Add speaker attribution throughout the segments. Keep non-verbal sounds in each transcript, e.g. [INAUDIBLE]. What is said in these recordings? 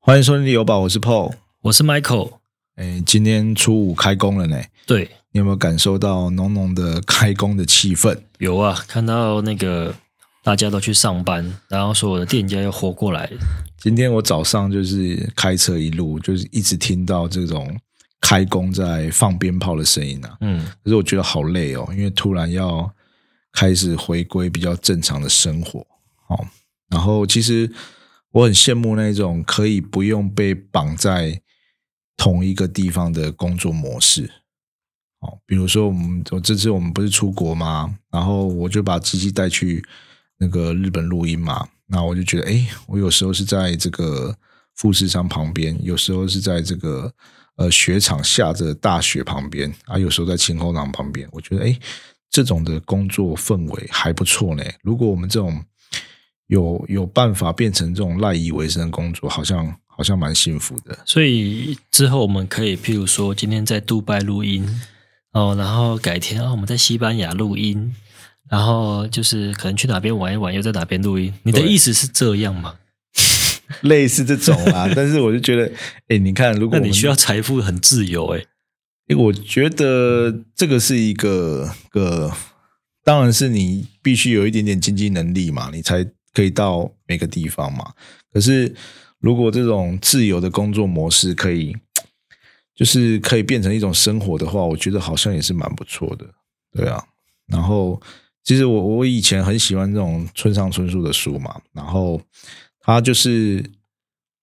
Speaker 1: 欢迎收听旅游宝，我是 Paul。
Speaker 2: 我是 Michael。
Speaker 1: 哎，今天初五开工了呢，
Speaker 2: 对，
Speaker 1: 你有没有感受到浓浓的开工的气氛？
Speaker 2: 有啊，看到那个大家都去上班，然后所有的店家又活过来，
Speaker 1: 今天我早上就是开车一路，就是一直听到这种开工在放鞭炮的声音啊，
Speaker 2: 嗯，
Speaker 1: 可是我觉得好累哦，因为突然要开始回归比较正常的生活。哦，然后其实我很羡慕那种可以不用被绑在同一个地方的工作模式。哦，比如说我们我这次我们不是出国吗？然后我就把机器带去那个日本录音嘛。那我就觉得，哎，我有时候是在这个富士山旁边，有时候是在这个呃雪场下着大雪旁边，啊，有时候在晴空朗旁边。我觉得，哎，这种的工作氛围还不错呢。如果我们这种有有办法变成这种赖以为生的工作，好像好像蛮幸福的。
Speaker 2: 所以之后我们可以，譬如说今天在杜拜录音，哦，然后改天啊、我们在西班牙录音，然后就是可能去哪边玩一玩，又在哪边录音。你的
Speaker 1: 对
Speaker 2: 意思是这样吗？
Speaker 1: [LAUGHS] 类似这种啦。但是我就觉得，哎、你看，如果
Speaker 2: 那
Speaker 1: 我
Speaker 2: 你
Speaker 1: 们
Speaker 2: 需要财富很自由、欸，
Speaker 1: 诶我觉得这个是一个个，当然是你必须有一点点经济能力嘛，你才可以到每个地方嘛。可是如果这种自由的工作模式可以，就是可以变成一种生活的话，我觉得好像也是蛮不错的，对啊。然后其实我我以前很喜欢这种村上春树的书嘛，然后他就是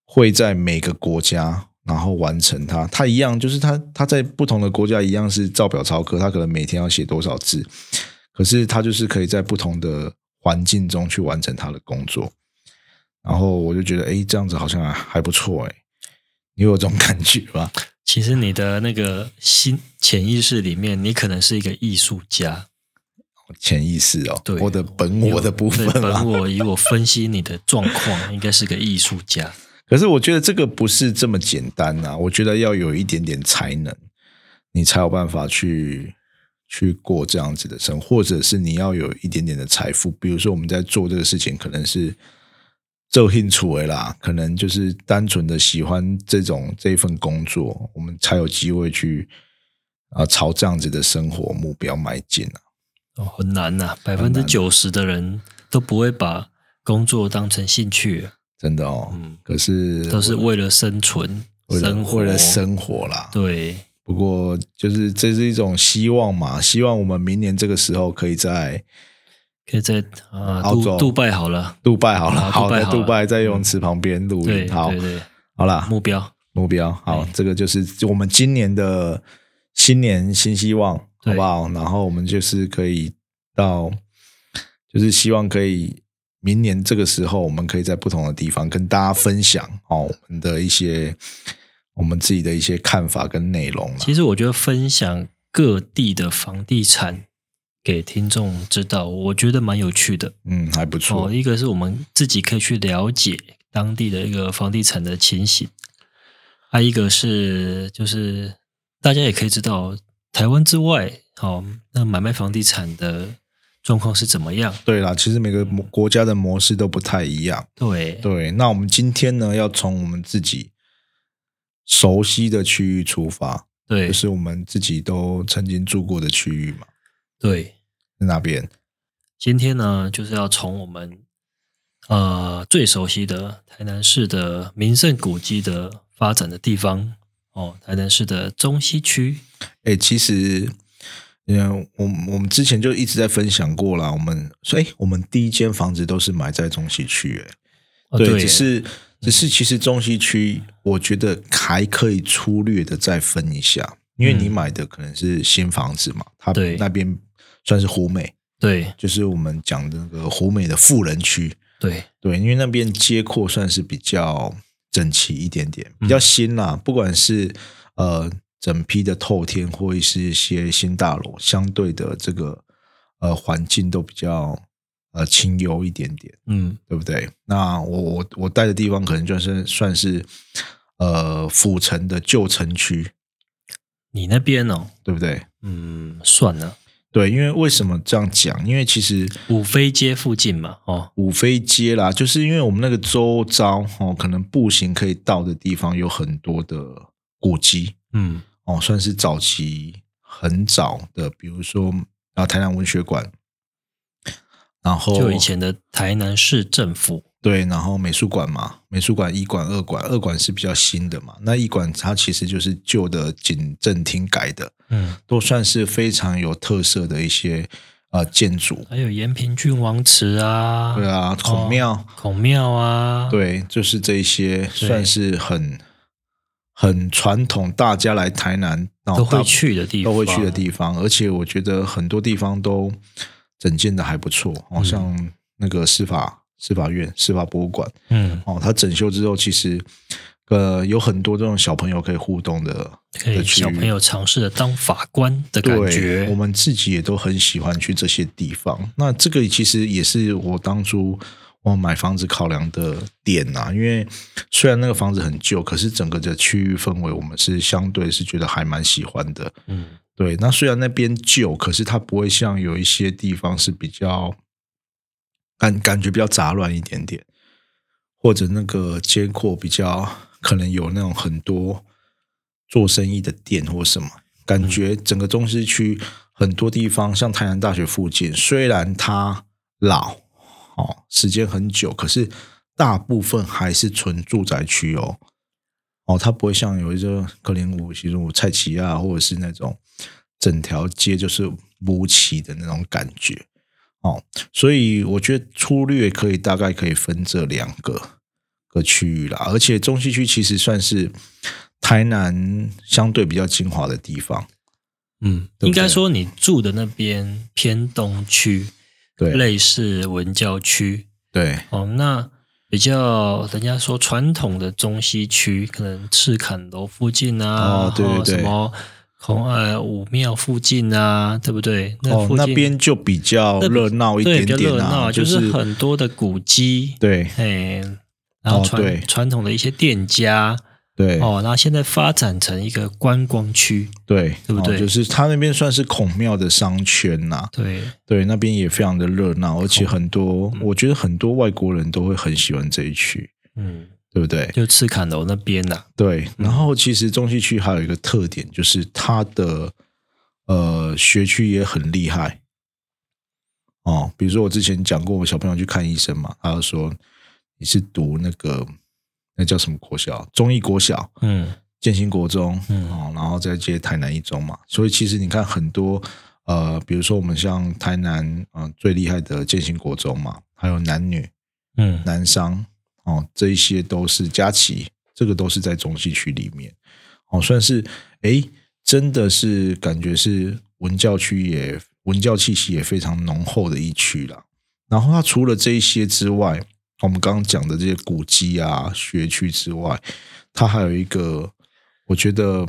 Speaker 1: 会在每个国家然后完成它，他一样就是他他在不同的国家一样是照表操课，他可能每天要写多少字，可是他就是可以在不同的环境中去完成他的工作。然后我就觉得，哎，这样子好像还还不错，哎，你有这种感觉吧？
Speaker 2: 其实你的那个心潜意识里面，你可能是一个艺术家。
Speaker 1: 潜意识哦，
Speaker 2: 对
Speaker 1: 我的本
Speaker 2: 你有
Speaker 1: 我的部分
Speaker 2: 对
Speaker 1: 啊
Speaker 2: 本，我以我分析你的状况，应该是个艺术家。
Speaker 1: 可是我觉得这个不是这么简单啊，我觉得要有一点点才能，你才有办法去去过这样子的生活，或者是你要有一点点的财富。比如说我们在做这个事情，可能是奏兴趣为啦，可能就是单纯的喜欢这种这一份工作，我们才有机会去啊、朝这样子的生活目标迈进啊。
Speaker 2: 哦，很难呐、百分之九十的人都不会把工作当成兴趣，
Speaker 1: 真的哦，
Speaker 2: 嗯
Speaker 1: 可是
Speaker 2: 都是为了生存、
Speaker 1: 为了
Speaker 2: 生活、
Speaker 1: 为了生活啦，
Speaker 2: 对，
Speaker 1: 不过就是这是一种希望嘛，希望我们明年这个时候可以在
Speaker 2: 可以在啊、
Speaker 1: 澳洲
Speaker 2: 杜杜拜好了，
Speaker 1: 杜拜好了，[LAUGHS]
Speaker 2: 好
Speaker 1: 好
Speaker 2: 哦杜
Speaker 1: 在
Speaker 2: 拜好了嗯
Speaker 1: 杜拜在游泳池旁边录
Speaker 2: 对
Speaker 1: 音，好
Speaker 2: 对对，
Speaker 1: 好啦，
Speaker 2: 目标
Speaker 1: 目标好，这个就是我们今年的新年新希望，好
Speaker 2: 对
Speaker 1: 不好？然后我们就是可以到，就是希望可以明年这个时候，我们可以在不同的地方跟大家分享哦，我们的一些我们自己的一些看法跟内容啦。
Speaker 2: 其实我觉得分享各地的房地产给听众知道，我觉得蛮有趣的。
Speaker 1: 嗯，还不错
Speaker 2: 哦，。一个是我们自己可以去了解当地的一个房地产的情形，还、一个是就是大家也可以知道台湾之外，哦，那买卖房地产的状况是怎么样？
Speaker 1: 对啦，其实每个模国家的模式都不太一样。
Speaker 2: 对，
Speaker 1: 对，那我们今天呢，要从我们自己熟悉的区域出发，
Speaker 2: 对
Speaker 1: 就，是我们自己都曾经住过的区域嘛，
Speaker 2: 对。
Speaker 1: 在那边。
Speaker 2: 今天呢，就是要从我们呃最熟悉的台南市的名胜古迹的发展的地方哦，台南市的中西区，
Speaker 1: 哎、其实，嗯，我们我们之前就一直在分享过啦，我们所以、诶我们第一间房子都是买在中西区、诶
Speaker 2: 哦、
Speaker 1: 对，
Speaker 2: 对
Speaker 1: 只是只是其实中西区，我觉得还可以粗略的再分一下，因为你
Speaker 2: 嗯
Speaker 1: 买的可能是新房子嘛，它
Speaker 2: 对
Speaker 1: 那边算是湖美。
Speaker 2: 对
Speaker 1: 就是我们讲的那个湖美的富人区，
Speaker 2: 对
Speaker 1: 对，因为那边街廓算是比较整齐一点点，比
Speaker 2: 嗯
Speaker 1: 较新啦，不管是呃整批的透天，或是一些新大楼，相对的这个呃环境都比较呃清幽一点点，
Speaker 2: 嗯
Speaker 1: 对不对？那我我我待的地方可能就是算是呃府城的旧城区，
Speaker 2: 你那边哦，
Speaker 1: 对不对？
Speaker 2: 嗯，算了，
Speaker 1: 对，因为为什么这样讲？因为其实
Speaker 2: 五妃街附近嘛，哦，
Speaker 1: 五妃街啦，就是因为我们那个周遭哦，可能步行可以到的地方有很多的古迹
Speaker 2: 嗯
Speaker 1: 哦，算是早期很早的，比如说啊，台南文学馆，然后
Speaker 2: 就以前的台南市政府，
Speaker 1: 对，然后美术馆嘛，美术馆一馆、二馆，二馆是比较新的嘛，那一馆它其实就是旧的警政厅改的，
Speaker 2: 嗯，
Speaker 1: 都算是非常有特色的一些呃建筑。
Speaker 2: 还有延平郡王祠啊，
Speaker 1: 对啊，孔庙、
Speaker 2: 孔庙啊，，
Speaker 1: 对，就是这一些算是很很传统，大家来台南然后
Speaker 2: 都
Speaker 1: 大
Speaker 2: 会去的地方，
Speaker 1: 啊都会去的地方，而且我觉得很多地方都整建的还不错，好、哦、
Speaker 2: 嗯
Speaker 1: 像那个司法司法院、司法博物馆
Speaker 2: 嗯，
Speaker 1: 哦，它整修之后其实。呃，有很多这种小朋友可以互动的，
Speaker 2: 可以
Speaker 1: 的区域
Speaker 2: 小朋友尝试着当法官的感
Speaker 1: 对，我
Speaker 2: 觉，
Speaker 1: 们自己也都很喜欢去这些地方。那这个其实也是我当初我买房子考量的点呐、因为虽然那个房子很旧，可是整个的区域氛围我们是相对是觉得还蛮喜欢的。
Speaker 2: 嗯，
Speaker 1: 对，那虽然那边旧，可是它不会像有一些地方是比较感感觉比较杂乱一点点，或者那个街廓比较可能有那种很多做生意的店或什么，感觉整个中西区很多地方，像台南大学附近，虽然它老哦时间很久，可是大部分还是纯住宅区哦。哦，它不会像有一些可怜五其实我菜奇啊，或者是那种整条街就是无奇的那种感觉哦。所以我觉得粗略可以大概可以分这两个个区域啦，而且中西区其实算是台南相对比较精华的地方，
Speaker 2: 嗯，
Speaker 1: 对不对
Speaker 2: 应该说你住的那边偏东区，
Speaker 1: 对
Speaker 2: 类似文教区，
Speaker 1: 对
Speaker 2: 哦，那比较人家说传统的中西区，可能赤坎楼附近啊，
Speaker 1: 哦对对
Speaker 2: 然后
Speaker 1: 对
Speaker 2: 什么孔呃武庙附近啊，对不对？那
Speaker 1: 哦
Speaker 2: 附，近、
Speaker 1: 那边就比较
Speaker 2: 那边
Speaker 1: 热闹一
Speaker 2: 对
Speaker 1: 点
Speaker 2: 比较
Speaker 1: 点
Speaker 2: 热
Speaker 1: 啊，
Speaker 2: 闹，就是很多的古迹，
Speaker 1: 对
Speaker 2: 哎，然后
Speaker 1: 哦
Speaker 2: 传、
Speaker 1: 对
Speaker 2: 传统的一些店家，
Speaker 1: 对
Speaker 2: 哦，然后现在发展成一个观光区，
Speaker 1: 对
Speaker 2: 对不对
Speaker 1: 哦就是它那边算是孔庙的商圈呐、
Speaker 2: 对，
Speaker 1: 对，那边也非常的热闹，而且很多，我觉得很多外国人都会很喜欢这一区，
Speaker 2: 嗯，
Speaker 1: 对不对？
Speaker 2: 就赤坎楼那边呐、
Speaker 1: 对。然后其实中西区还有一个特点，就是它的呃学区也很厉害哦。比如说我之前讲过，我小朋友去看医生嘛，他就说你是读那个那叫什么国小？中义国小，
Speaker 2: 嗯，
Speaker 1: 建兴国中，
Speaker 2: 嗯
Speaker 1: 哦，然后再接台南一中嘛，所以其实你看很多呃，比如说我们像台南呃、最厉害的建兴国中嘛，还有男女
Speaker 2: 嗯，
Speaker 1: 南商哦，这一些都是佳琪，这个都是在中西区里面哦，算是诶，真的是感觉是文教区也文教气息也非常浓厚的一区啦。然后它除了这一些之外，我们刚刚讲的这些古迹啊、学区之外，它还有一个我觉得。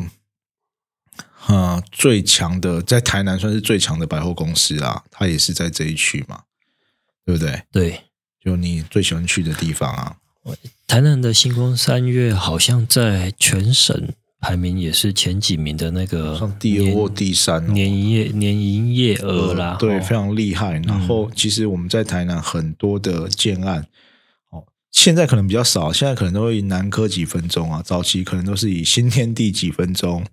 Speaker 1: 呃，最强的在台南算是最强的百货公司啊，它也是在这一区嘛，对不对？
Speaker 2: 对。
Speaker 1: 就你最喜欢去的地方啊？
Speaker 2: 台南的星光三月好像在全省排名也是前几名的那个
Speaker 1: 像第二或
Speaker 2: 年
Speaker 1: 第三、哦，
Speaker 2: 呃年营业年营业额啦，
Speaker 1: 对，
Speaker 2: 哦嗯
Speaker 1: 非常厉害。然后其实我们在台南很多的建案，哦，现在可能比较少，现在可能都会以南科几分钟啊，早期可能都是以新天地几分钟，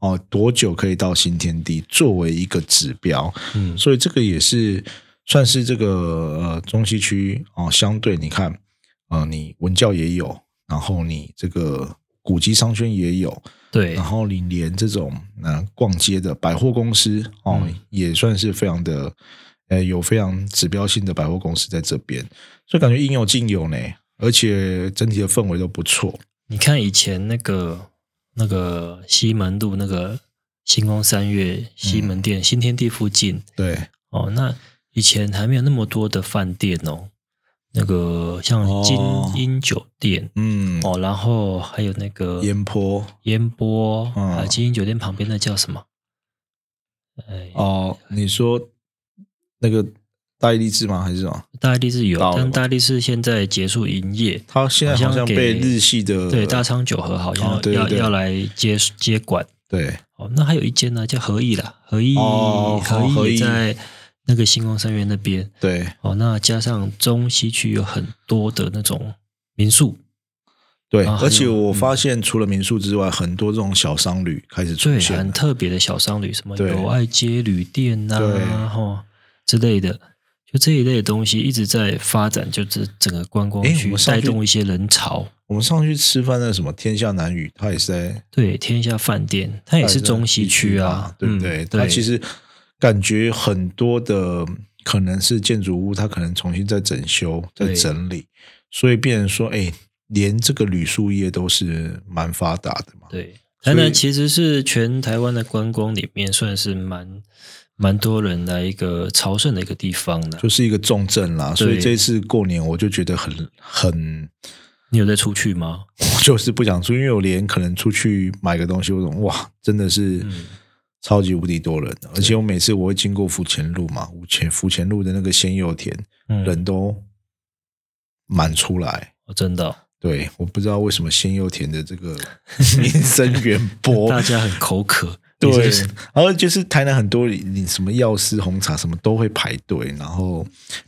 Speaker 1: 哦，多久可以到新天地作为一个指标，
Speaker 2: 嗯
Speaker 1: 所以这个也是算是这个呃中西区哦，相对你看，呃，你文教也有，然后你这个古籍商圈也有，
Speaker 2: 对
Speaker 1: 然，后你连这种呃逛街的百货公司哦，
Speaker 2: 嗯
Speaker 1: 也算是非常的，呃，有非常指标性的百货公司在这边，所以感觉应有尽有呢，而且整体的氛围都不错。
Speaker 2: 你看以前那个那个西门路那个星光三月西门
Speaker 1: 嗯
Speaker 2: 店、新天地附近
Speaker 1: 对，
Speaker 2: 哦，那以前还没有那么多的饭店哦，那个像金
Speaker 1: 哦
Speaker 2: 鹰酒店
Speaker 1: 嗯，
Speaker 2: 哦然后还有那个
Speaker 1: 烟坡
Speaker 2: 烟波，
Speaker 1: 嗯
Speaker 2: 还有金鹰酒店旁边那叫什么？哎，
Speaker 1: 哦，你说那个大义励志吗？还是什么？
Speaker 2: 大力士有
Speaker 1: 倒，了
Speaker 2: 但
Speaker 1: 吗
Speaker 2: 大力士现在结束营业，
Speaker 1: 他现在好像
Speaker 2: 好像
Speaker 1: 被
Speaker 2: 给
Speaker 1: 日系的
Speaker 2: 对大昌九和好像要、
Speaker 1: 哦对对对
Speaker 2: 要要来接接管，
Speaker 1: 对，
Speaker 2: 哦，那还有一间呢，叫合意啦，合意、
Speaker 1: 哦好
Speaker 2: 合
Speaker 1: 合
Speaker 2: 意
Speaker 1: 意
Speaker 2: 也在那个星光三园那边。
Speaker 1: 对，
Speaker 2: 哦，那加上中西区有很多的那种民宿，
Speaker 1: 对。
Speaker 2: 啊还有
Speaker 1: 而且我发现，除了民宿之外，很多这种小商旅开始出
Speaker 2: 最
Speaker 1: 现
Speaker 2: 很
Speaker 1: 了。
Speaker 2: 特别的小商旅，什么
Speaker 1: 对
Speaker 2: 友爱街旅店呐、
Speaker 1: 对
Speaker 2: 啊，哈、之类的，就这一类的东西一直在发展，就这整个观光
Speaker 1: 诶我
Speaker 2: 区
Speaker 1: 们上
Speaker 2: 带
Speaker 1: 去
Speaker 2: 动一些人潮。
Speaker 1: 我们上去吃饭那什么天下南语，它也是在
Speaker 2: 对，天下饭店，它也是中西区啊，
Speaker 1: 对不
Speaker 2: 嗯
Speaker 1: 对？它
Speaker 2: 对，
Speaker 1: 其实感觉很多的可能是建筑物，它可能重新在整修、在
Speaker 2: 对
Speaker 1: 整理，所以变成说，哎，连这个旅宿业都是蛮发达的嘛。
Speaker 2: 对，
Speaker 1: 所以
Speaker 2: 台南其实是全台湾的观光里面算是蛮蛮多人来一个朝圣的一个地方的。
Speaker 1: 就是一个重症啦，所以
Speaker 2: 对
Speaker 1: 这次过年我就觉得很很，
Speaker 2: 你有在出去吗？
Speaker 1: 我就是不想出，因为我连可能出去买个东西，我总哇，真的是
Speaker 2: 嗯
Speaker 1: 超级无敌多人的，而且我每次我会经过福前路嘛，福前福前路的那个鲜柚田，
Speaker 2: 嗯，
Speaker 1: 人都满出来。
Speaker 2: 哦真的哦、
Speaker 1: 对，我不知道为什么鲜柚田的这个
Speaker 2: [LAUGHS]
Speaker 1: 名声远播，
Speaker 2: 大家很口渴。
Speaker 1: 对
Speaker 2: 你是，
Speaker 1: 然后就是台南很多你什么药师红茶什么都会排队，然后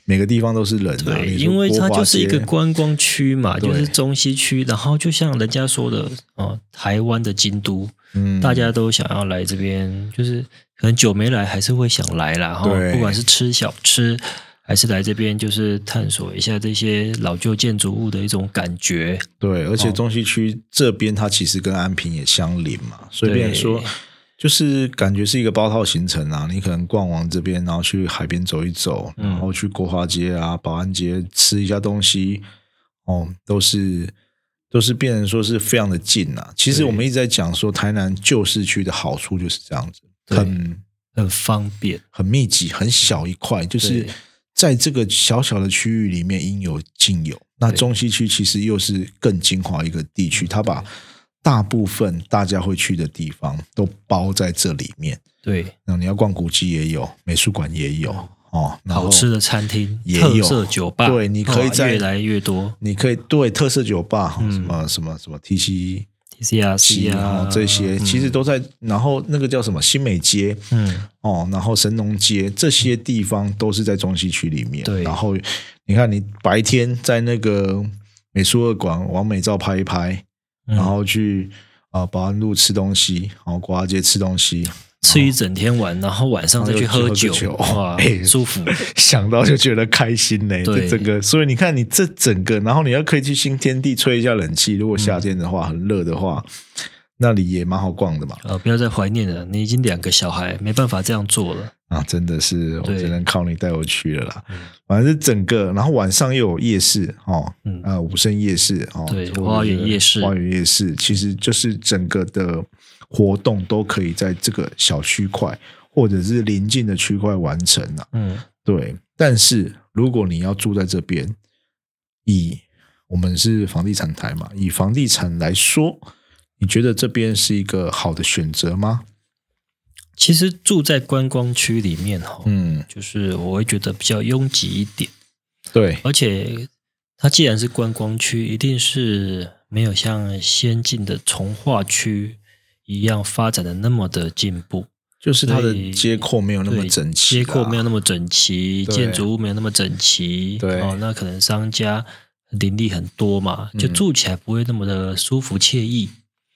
Speaker 1: 每个地方都是人、啊，
Speaker 2: 对，
Speaker 1: 你说
Speaker 2: 因为它
Speaker 1: 国华
Speaker 2: 就是一个
Speaker 1: 街
Speaker 2: 观光区嘛，
Speaker 1: 对
Speaker 2: 就是中西区，然后就像人家说的，哦，台湾的京都，
Speaker 1: 嗯
Speaker 2: 大家都想要来这边，就是可能久没来，还是会想来啦。哈
Speaker 1: 对，
Speaker 2: 不管是吃小吃，还是来这边就是探索一下这些老旧建筑物的一种感觉。
Speaker 1: 对，而且
Speaker 2: 哦
Speaker 1: 中西区这边它其实跟安平也相邻嘛，所以
Speaker 2: 对
Speaker 1: 变成说就是感觉是一个包套行程啊。你可能逛完这边，然后去海边走一走，
Speaker 2: 嗯
Speaker 1: 然后去国华街啊、保安街吃一下东西，哦，都是都是变成说是非常的近啊。其实
Speaker 2: 对
Speaker 1: 我们一直在讲说，台南旧市区的好处就是这样子，
Speaker 2: 对
Speaker 1: 很
Speaker 2: 很方便。
Speaker 1: 很密集、很小一块，就是
Speaker 2: 对
Speaker 1: 在这个小小的区域里面应有尽有。那
Speaker 2: 对嗯
Speaker 1: 中西区其实又是更精华一个地区，它把大部分大家会去的地方都包在这里面。
Speaker 2: 对，
Speaker 1: 那你要逛古迹也有，美术馆也有哦，然后
Speaker 2: 嗯好吃的餐厅、
Speaker 1: 也
Speaker 2: 特
Speaker 1: 有
Speaker 2: 色酒吧，
Speaker 1: 对你可以
Speaker 2: 哇
Speaker 1: 在
Speaker 2: 越来越多
Speaker 1: 你可以对特色酒吧，哦
Speaker 2: 嗯
Speaker 1: 什么什么什么 T C
Speaker 2: T C R
Speaker 1: C
Speaker 2: C 啊
Speaker 1: 啊这些，
Speaker 2: 嗯
Speaker 1: 其实都在。然后那个叫什么新美街，
Speaker 2: 嗯，
Speaker 1: 哦，然后神农街这些地方都是在中西区里面。
Speaker 2: 对
Speaker 1: 然后你看，你白天在那个美术二馆往美照拍一拍，
Speaker 2: 嗯
Speaker 1: 然后去啊、呃保安路吃东西，然后国华街吃东西， [LAUGHS]
Speaker 2: 吃一整天玩，然后晚上再去
Speaker 1: 然后
Speaker 2: 喝
Speaker 1: 又去
Speaker 2: 酒
Speaker 1: 喝个，酒
Speaker 2: 哇
Speaker 1: 哎，[LAUGHS]
Speaker 2: 舒服。
Speaker 1: 想到就觉得开心呢、
Speaker 2: 对
Speaker 1: 这整个，所以你看，你这整个，然后你要可以去新天地吹一下冷气，如果夏天的话、很热的话，那里也蛮好逛的嘛。
Speaker 2: 呃，不要再怀念了，你已经两个小孩，没办法这样做了。
Speaker 1: 啊，真的是，我
Speaker 2: 对
Speaker 1: 只能靠你带我去了啦
Speaker 2: 嗯。
Speaker 1: 反正是整个，然后晚上又有夜市哦，
Speaker 2: 嗯
Speaker 1: 呃，武圣夜市哦，
Speaker 2: 对
Speaker 1: 这个
Speaker 2: 花园夜市
Speaker 1: 花园夜市其实就是整个的活动都可以在这个小区块或者是邻近的区块完成啊。
Speaker 2: 嗯，
Speaker 1: 对，但是如果你要住在这边，以我们是房地产台嘛，以房地产来说，你觉得这边是一个好的选择吗？
Speaker 2: 其实住在观光区里面哈、
Speaker 1: 嗯，
Speaker 2: 就是我会觉得比较拥挤一点，
Speaker 1: 对，
Speaker 2: 而且它既然是观光区，一定是没有像先进的从化区一样发展的那么的进步，
Speaker 1: 就是它
Speaker 2: 所
Speaker 1: 的
Speaker 2: 以
Speaker 1: 接扣没有那么
Speaker 2: 对
Speaker 1: 整齐啦，
Speaker 2: 街廓没有那么整齐，
Speaker 1: 对
Speaker 2: 建筑物没有那么整齐，
Speaker 1: 对
Speaker 2: 哦，那可能商家林立很多嘛，就
Speaker 1: 嗯
Speaker 2: 住起来不会那么的舒服惬意。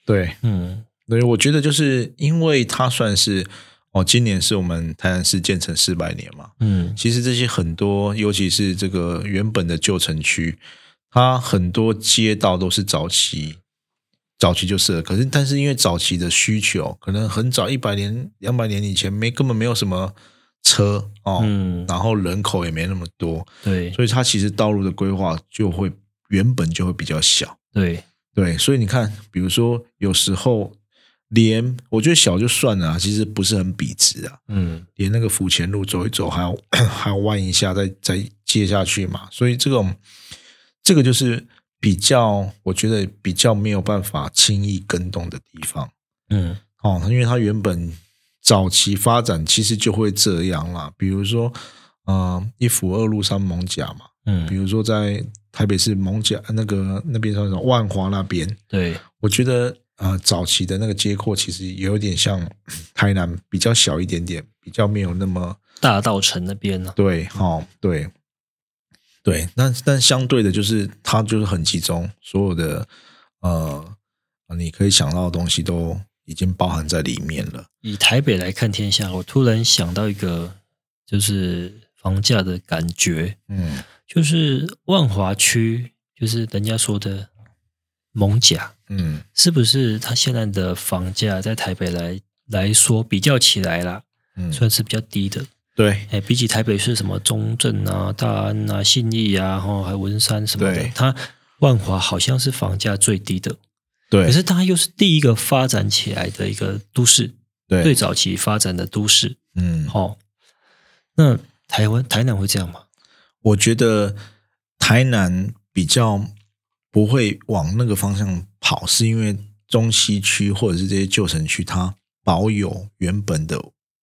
Speaker 1: 对
Speaker 2: 嗯，
Speaker 1: 对，我觉得就是因为它算是哦，今年是我们台南市建成四百年嘛。
Speaker 2: 嗯，
Speaker 1: 其实这些很多，尤其是这个原本的旧城区，它很多街道都是早期早期就设了，可是但是因为早期的需求，可能很早一百年、两百年以前没根本没有什么车哦，
Speaker 2: 嗯，
Speaker 1: 然后人口也没那么多，
Speaker 2: 对
Speaker 1: 所以它其实道路的规划就会原本就会比较小。
Speaker 2: 对，
Speaker 1: 对，所以你看，比如说有时候连我觉得小就算了、啊，其实不是很笔直啊，
Speaker 2: 嗯，
Speaker 1: 连那个府前路走一走，还要 [CLEARS THROAT] 还要弯一下再再接下去嘛，所以这种这个就是比较，我觉得比较没有办法轻易跟动的地方
Speaker 2: 嗯，
Speaker 1: 哦，因为它原本早期发展其实就会这样啦，比如说嗯、呃一府二路三艋甲嘛，比
Speaker 2: 嗯，
Speaker 1: 如说呃在台北市艋甲那个那边算什么万华那边。
Speaker 2: 对，
Speaker 1: 我觉得呃早期的那个街廓，其实有点像台南，比较小一点点，比较没有那么
Speaker 2: 大道城那边呢、
Speaker 1: 对，好、对，对，但但相对的，就是它就是很集中，所有的呃，你可以想到的东西都已经包含在里面了。
Speaker 2: 以台北来看天下，我突然想到一个，就是房价的感觉，
Speaker 1: 嗯，
Speaker 2: 就是万华区，就是人家说的蒙甲，
Speaker 1: 嗯，
Speaker 2: 是不是它现在的房价在台北来来说比较起来啦，
Speaker 1: 嗯，
Speaker 2: 算是比较低的。
Speaker 1: 对，
Speaker 2: 哎，比起台北市什么中正啊、大安啊、信义啊，然后还有文山什么的
Speaker 1: 对，
Speaker 2: 它万华好像是房价最低的，
Speaker 1: 对，
Speaker 2: 可是它又是第一个发展起来的一个都市，
Speaker 1: 对，
Speaker 2: 最早期发展的都市。
Speaker 1: 嗯，
Speaker 2: 哦，那台湾台南会这样吗？
Speaker 1: 我觉得台南比较不会往那个方向跑，是因为中西区或者是这些旧城区，它保有原本的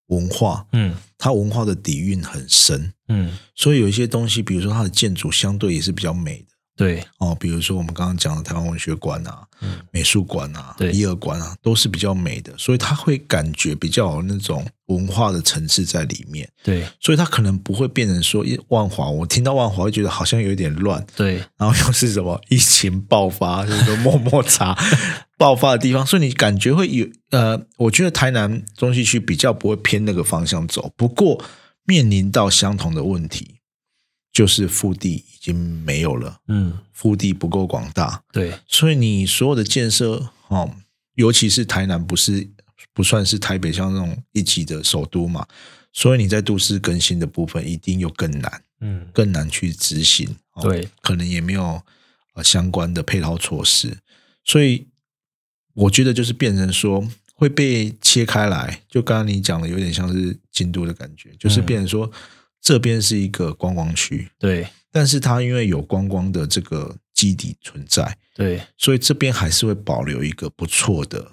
Speaker 1: 文化，
Speaker 2: 嗯
Speaker 1: 它文化的底蕴很深，
Speaker 2: 嗯，
Speaker 1: 所以有一些东西，比如说它的建筑相对也是比较美的。
Speaker 2: 对，
Speaker 1: 哦，比如说我们刚刚讲的台湾文学馆啊、
Speaker 2: 嗯
Speaker 1: 美术馆啊、
Speaker 2: 对
Speaker 1: 一二馆啊，都是比较美的，所以它会感觉比较有那种文化的层次在里面，
Speaker 2: 对
Speaker 1: 所以它可能不会变成说一万华，我听到万华会觉得好像有一点乱，
Speaker 2: 对
Speaker 1: 然后又是什么疫情爆发，就是说默默茶爆发的地方，所以你感觉会有呃，我觉得台南中西区比较不会偏那个方向走，不过面临到相同的问题，就是腹地已经没有了。
Speaker 2: 嗯
Speaker 1: 腹地不够广大，
Speaker 2: 对
Speaker 1: 所以你所有的建设，哦，尤其是台南，不是不算是台北像那种一级的首都嘛，所以你在都市更新的部分一定又更难，
Speaker 2: 嗯
Speaker 1: 更难去执行。哦
Speaker 2: 对，
Speaker 1: 可能也没有呃相关的配套措施，所以我觉得就是变成说会被切开来，就刚刚你讲的有点像是京都的感觉，就是
Speaker 2: 嗯
Speaker 1: 变成说、这边是一个观光区，
Speaker 2: 对
Speaker 1: 但是它因为有观光的这个基底存在，
Speaker 2: 对
Speaker 1: 所以这边还是会保留一个不错的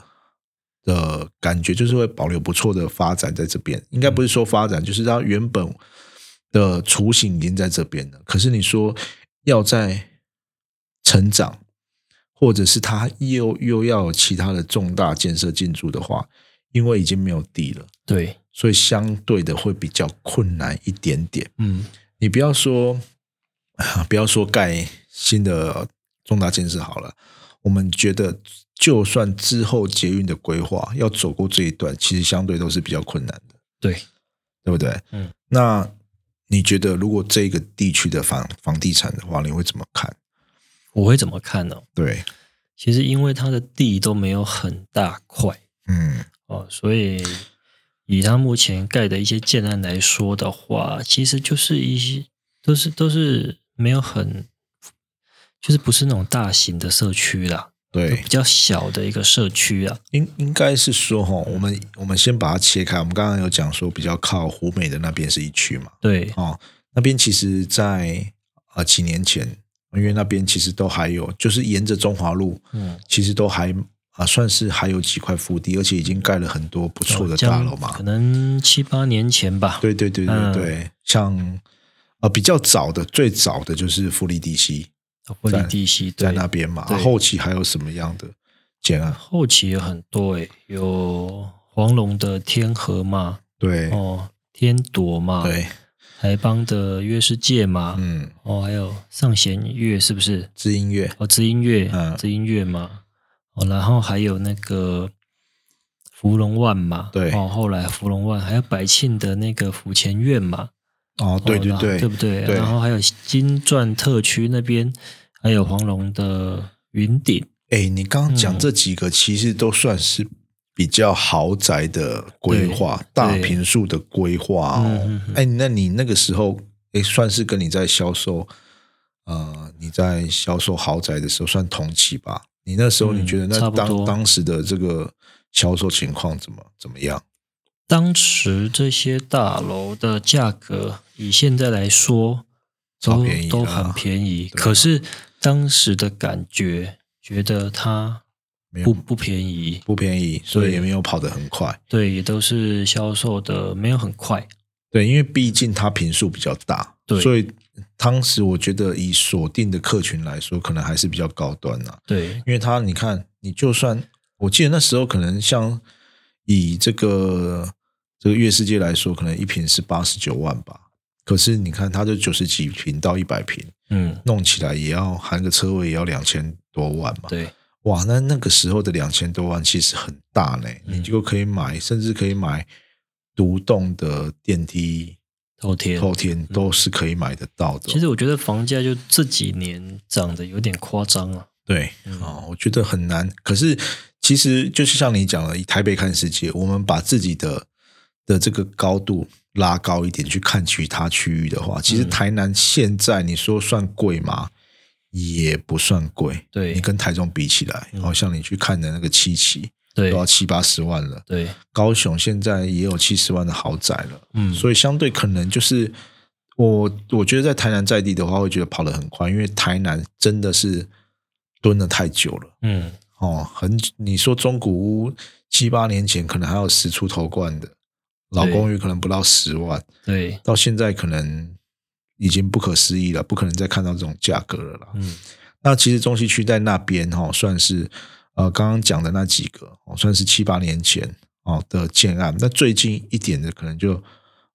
Speaker 1: 的感觉，就是会保留不错的发展在这边。应该不是说发展，就是它原本的雏形已经在这边了。可是你说要在成长，或者是它又又要有其他的重大建设进驻的话，因为已经没有地了，
Speaker 2: 对，
Speaker 1: 所以相对的会比较困难一点点。
Speaker 2: 嗯
Speaker 1: 你不要说，啊不要说盖新的重大建设好了，我们觉得就算之后捷运的规划要走过这一段，其实相对都是比较困难的，
Speaker 2: 对，
Speaker 1: 对不对？
Speaker 2: 嗯，
Speaker 1: 那你觉得如果这个地区的房房地产的话，你会怎么看？
Speaker 2: 我会怎么看呢、
Speaker 1: 对，
Speaker 2: 其实因为它的地都没有很大块
Speaker 1: 嗯
Speaker 2: 哦，所以以它目前盖的一些建案来说的话，其实就是一些都是都是没有很，就是不是那种大型的社区啦，
Speaker 1: 对
Speaker 2: 比，较小的一个社区啊。
Speaker 1: 应应该是说哈，我们我们先把它切开，我们刚刚有讲说比较靠湖美的那边是一区嘛，
Speaker 2: 对，
Speaker 1: 哦，那边其实在，呃几年前，因为那边其实都还有，就是沿着中华路，
Speaker 2: 嗯，
Speaker 1: 其实都还啊、算是还有几块腹地，而且已经盖了很多不错的大
Speaker 2: 江
Speaker 1: 楼嘛
Speaker 2: 可。能七八年前吧。
Speaker 1: 对对对对
Speaker 2: 哦嗯
Speaker 1: 对，像呃比较早的，最早的就是富力地西
Speaker 2: 婚礼地西
Speaker 1: 在
Speaker 2: 对
Speaker 1: 那边嘛，
Speaker 2: 对
Speaker 1: 后期还有什么样的建案？
Speaker 2: 后期有很多诶、有黄龙的天河嘛，
Speaker 1: 对、
Speaker 2: 哦，天朵嘛，
Speaker 1: 对，
Speaker 2: 台邦的约世界嘛，
Speaker 1: 嗯，
Speaker 2: 哦，还有上弦乐是不是？
Speaker 1: 知音乐，
Speaker 2: 哦，知音乐，
Speaker 1: 嗯
Speaker 2: 知音乐嘛，哦，然后还有那个芙蓉湾嘛，
Speaker 1: 对
Speaker 2: 哦，后来芙蓉湾还有百庆的那个府前院嘛，
Speaker 1: 哦，对对
Speaker 2: 哦
Speaker 1: 对，
Speaker 2: 对不对？
Speaker 1: 对
Speaker 2: 然后还有金钻特区那边，还有黄龙的云顶，
Speaker 1: 哎，你刚刚讲
Speaker 2: 嗯
Speaker 1: 这几个，其实都算是比较豪宅的规划，大平数的规划哦
Speaker 2: 嗯嗯。
Speaker 1: 哎、那你那个时候，哎，算是跟你在销售，呃，你在销售豪宅的时候算同期吧？你那时候你觉得
Speaker 2: 嗯
Speaker 1: 那
Speaker 2: 差不
Speaker 1: 当、
Speaker 2: 多
Speaker 1: 当时的这个销售情况怎么怎么样？
Speaker 2: 当时这些大楼的价格，以现在来说，
Speaker 1: 超
Speaker 2: 都
Speaker 1: 便宜的啊
Speaker 2: 都很便宜。
Speaker 1: 对啊
Speaker 2: 可是当时的感觉，觉得它
Speaker 1: 没
Speaker 2: 不
Speaker 1: 有
Speaker 2: 不便宜，
Speaker 1: 不便宜，所以
Speaker 2: 对
Speaker 1: 也没有跑得很快。
Speaker 2: 对，也都是销售的没有很快。
Speaker 1: 对，因为毕竟它平数比较大，
Speaker 2: 对
Speaker 1: 所以当时我觉得以锁定的客群来说，可能还是比较高端啊。
Speaker 2: 对
Speaker 1: 因为它你看，你就算我记得那时候可能像以这个这个月世界来说，可能一瓶是八十九万吧。可是你看，它就九十几平到一百平，
Speaker 2: 嗯，
Speaker 1: 弄起来也要含个车位也要两千多万嘛。
Speaker 2: 对，
Speaker 1: 哇，那那个时候的两千多万其实很大呢，
Speaker 2: 嗯
Speaker 1: 你就可以买，甚至可以买独栋的电梯
Speaker 2: 后天。
Speaker 1: 后天都是可以买得到的。
Speaker 2: 嗯其实我觉得房价就这几年涨得有点夸张了、
Speaker 1: 对，
Speaker 2: 嗯
Speaker 1: 哦，我觉得很难。可是其实就是像你讲的，以台北看世界，我们把自己的的这个高度拉高一点去看其他区域的话，其实
Speaker 2: 嗯
Speaker 1: 台南现在你说算贵吗？也不算贵，
Speaker 2: 对嗯
Speaker 1: 你跟台中比起来，好、像你去看的那个七期
Speaker 2: 对
Speaker 1: 都要七八十万了，
Speaker 2: 对，
Speaker 1: 高雄现在也有七十万的豪宅了。
Speaker 2: 嗯，
Speaker 1: 所以相对可能就是我我觉得在台南在地的话，会觉得跑得很快，因为台南真的是蹲了太久了
Speaker 2: 嗯，
Speaker 1: 哦。很你说中古屋七八年前可能还有十出头冠的，老公寓可能不到十万，
Speaker 2: 对，
Speaker 1: 到现在可能已经不可思议了，不可能再看到这种价格了啦。
Speaker 2: 嗯
Speaker 1: 那其实中西区在那边哈、哦，算是呃刚刚讲的那几个哦，算是七八年前哦的建案。那最近一点的可能就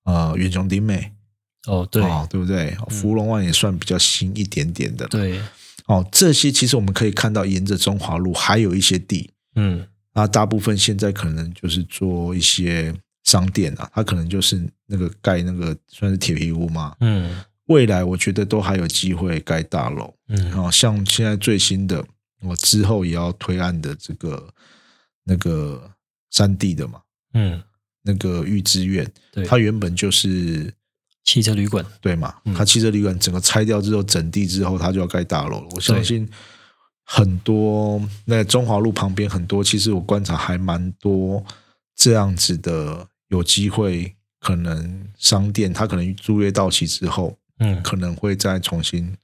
Speaker 1: 呃远雄町美
Speaker 2: 哦，对嗯
Speaker 1: 哦，对不对？哦芙蓉湾也算比较新一点点的。
Speaker 2: 对，
Speaker 1: 哦，这些其实我们可以看到，沿着中华路还有一些地，
Speaker 2: 嗯
Speaker 1: 那大部分现在可能就是做一些商店啊，它可能就是那个盖那个算是铁皮屋嘛。
Speaker 2: 嗯
Speaker 1: 未来我觉得都还有机会盖大楼。
Speaker 2: 嗯，
Speaker 1: 哦，像现在最新的，我之后也要推案的这个那个三 D 的嘛，
Speaker 2: 嗯，
Speaker 1: 那个玉之苑，
Speaker 2: 对，
Speaker 1: 它原本就是
Speaker 2: 汽车旅馆，
Speaker 1: 对嘛，
Speaker 2: 嗯
Speaker 1: 它汽车旅馆整个拆掉之后，整地之后，它就要盖大楼了。我相
Speaker 2: 对
Speaker 1: 信很多那中华路旁边很多，其实我观察还蛮多这样子的，有机会可能商店，它可能租约到期之后，
Speaker 2: 嗯
Speaker 1: 可能会再重新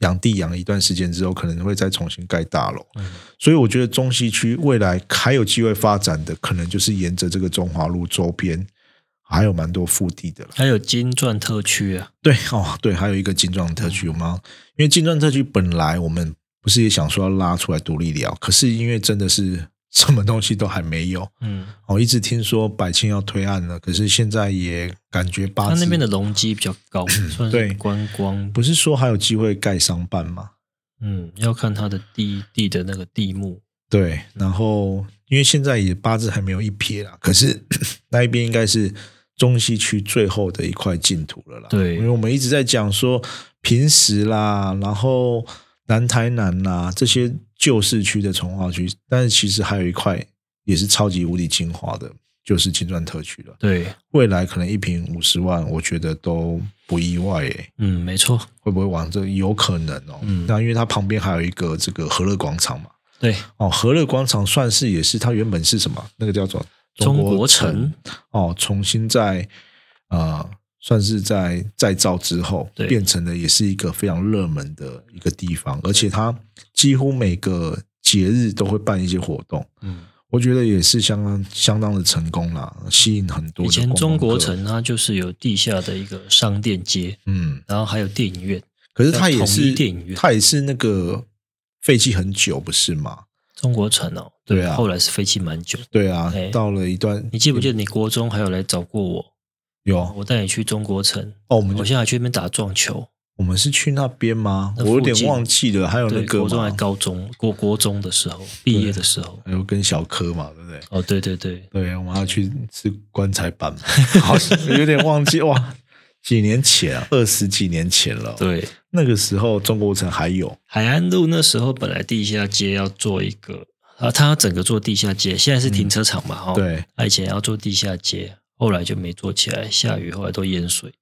Speaker 1: 养地养一段时间之后，可能会再重新盖大楼。
Speaker 2: 嗯
Speaker 1: 所以我觉得中西区未来还有机会发展的，可能就是沿着这个中华路周边，还有蛮多腹地的了。
Speaker 2: 还有金钻特区啊，
Speaker 1: 对哦，对，还有一个金砖特区，我们要因为金砖特区本来我们不是也想说要拉出来独立聊，可是因为真的是什么东西都还没有。 [LAUGHS]
Speaker 2: 嗯，
Speaker 1: 哦，一直听说百庆要推案了，可是现在也感觉八
Speaker 2: 它
Speaker 1: 字
Speaker 2: 那边的容积比较高，算
Speaker 1: 对
Speaker 2: 是观光，
Speaker 1: 不是说还有机会盖商办吗？
Speaker 2: 嗯，要看它的地地的那个地目，
Speaker 1: 对，然后因为现在也八字还没有一撇啦，可是 [CLEARS THROAT] 那一边应该是中西区最后的一块净土了啦。
Speaker 2: 对
Speaker 1: 因为我们一直在讲说平时啦，然后南台南啦这些旧市区的从化区，但是其实还有一块也是超级无敌精华的，就是金砖特区了。
Speaker 2: 对，
Speaker 1: 未来可能一平五十万，我觉得都不意外耶、
Speaker 2: 嗯，没错，
Speaker 1: 会不会往这有可能哦？
Speaker 2: 嗯
Speaker 1: 那因为它旁边还有一个这个和乐广场嘛。
Speaker 2: 对，
Speaker 1: 哦，和乐广场算是也是它原本是什么？那个叫做
Speaker 2: 中国城，
Speaker 1: 哦，重新在呃，算是在再造之后，
Speaker 2: 对
Speaker 1: 变成了也是一个非常热门的一个地方，而且它几乎每个节日都会办一些活动，
Speaker 2: 嗯，
Speaker 1: 我觉得也是相当相当的成功啦，吸引很多
Speaker 2: 以
Speaker 1: 的
Speaker 2: 前
Speaker 1: 观光
Speaker 2: 中国
Speaker 1: 客，
Speaker 2: 城它就是有地下的一个商店街，
Speaker 1: 嗯，
Speaker 2: 然后还有电影院，
Speaker 1: 可是它也
Speaker 2: 统
Speaker 1: 是
Speaker 2: 一电影院
Speaker 1: 它也是那个废弃很久，不是吗？
Speaker 2: 中国城哦，
Speaker 1: 对啊
Speaker 2: 后来是废弃蛮久。
Speaker 1: 对啊，
Speaker 2: 哎
Speaker 1: 到了一段
Speaker 2: 你记不记得你国中还有来找过我？
Speaker 1: 有哦，
Speaker 2: 我带你去中国城，
Speaker 1: 我们就
Speaker 2: 我现在还去那边打撞球。
Speaker 1: 我们是去那边吗？
Speaker 2: 那
Speaker 1: 我
Speaker 2: 附近
Speaker 1: 有点忘记了，还有那
Speaker 2: 对，
Speaker 1: 个
Speaker 2: 国中还
Speaker 1: 嘛，
Speaker 2: 高中，国国中的时候，毕业的时候。
Speaker 1: 还有跟小柯嘛，对不对？
Speaker 2: 哦，对对对，
Speaker 1: 对，我们要去吃棺材板
Speaker 2: [LAUGHS]
Speaker 1: 嘛，好像有点忘记哇，几年前，啊二十几年前了。，
Speaker 2: 对，
Speaker 1: 那个时候中国城还有，
Speaker 2: 海岸路那时候本来地下街要做一个啊，它整个做地下街，现在是停车场嘛，哈、哦，，
Speaker 1: 嗯对，
Speaker 2: 它以前要做地下街，后来就没做起来，下雨后来都淹水，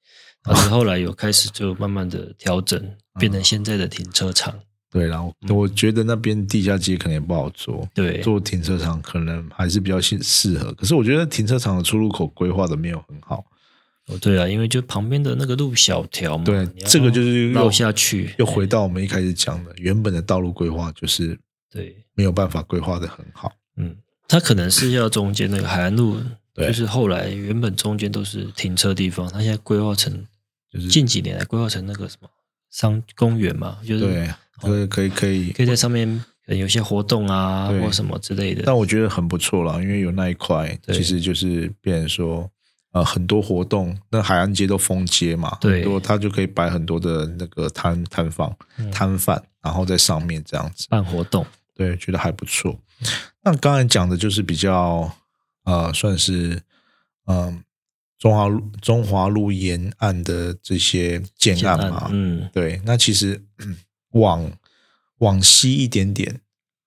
Speaker 2: 但是后来有开始就慢慢的调整，变成现在的停车场。
Speaker 1: 对，然后我觉得那边地下街可能也不好做，
Speaker 2: 嗯对，
Speaker 1: 做停车场可能还是比较适适合。可是我觉得停车场的出入口规划的没有很好，
Speaker 2: 哦，对啊，因为就旁边的那个路小条嘛，
Speaker 1: 对
Speaker 2: 你要
Speaker 1: 这个就是又
Speaker 2: 绕下去，
Speaker 1: 又回到我们一开始讲的，原本的道路规划就是
Speaker 2: 对，
Speaker 1: 没有办法规划的很好。
Speaker 2: 嗯，它可能是要中间那个海岸路，
Speaker 1: 对
Speaker 2: 就是后来原本中间都是停车地方，它现在规划成
Speaker 1: 就是
Speaker 2: 近几年来规划成那个什么商公园嘛，就是
Speaker 1: 对，可以可以可以
Speaker 2: 可以在上面可能有些活动啊
Speaker 1: 对
Speaker 2: 或什么之类的。
Speaker 1: 但我觉得很不错啦，因为有那一块，
Speaker 2: 对
Speaker 1: 其实就是变成说，呃，很多活动，那海岸街都封街嘛，
Speaker 2: 对
Speaker 1: 很多它就可以摆很多的那个摊摊贩
Speaker 2: 嗯
Speaker 1: 摊贩，然后在上面这样子，
Speaker 2: 办活动，
Speaker 1: 对，觉得还不错。那刚才讲的就是比较呃，算是嗯、中华路中华路沿岸的这些建案嘛，
Speaker 2: 嗯，
Speaker 1: 对，那其实嗯往往西一点点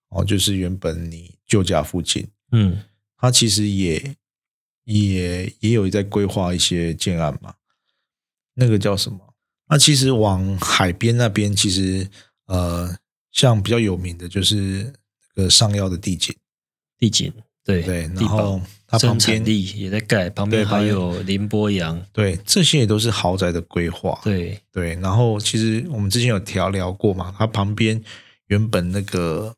Speaker 1: 哦，就是原本你旧家附近，
Speaker 2: 嗯，
Speaker 1: 它其实也也也有在规划一些建案嘛，那个叫什么？那其实往海边那边，其实呃，像比较有名的就是那个上药的地景，
Speaker 2: 地景对
Speaker 1: 对，然
Speaker 2: 地堡
Speaker 1: 后它旁
Speaker 2: 生产
Speaker 1: 边
Speaker 2: 力也在盖，旁边
Speaker 1: 对
Speaker 2: 还
Speaker 1: 旁边
Speaker 2: 有林波阳，
Speaker 1: 对这些也都是豪宅的规划，
Speaker 2: 对，
Speaker 1: 对，然后其实我们之前有聊聊过嘛，它旁边原本那个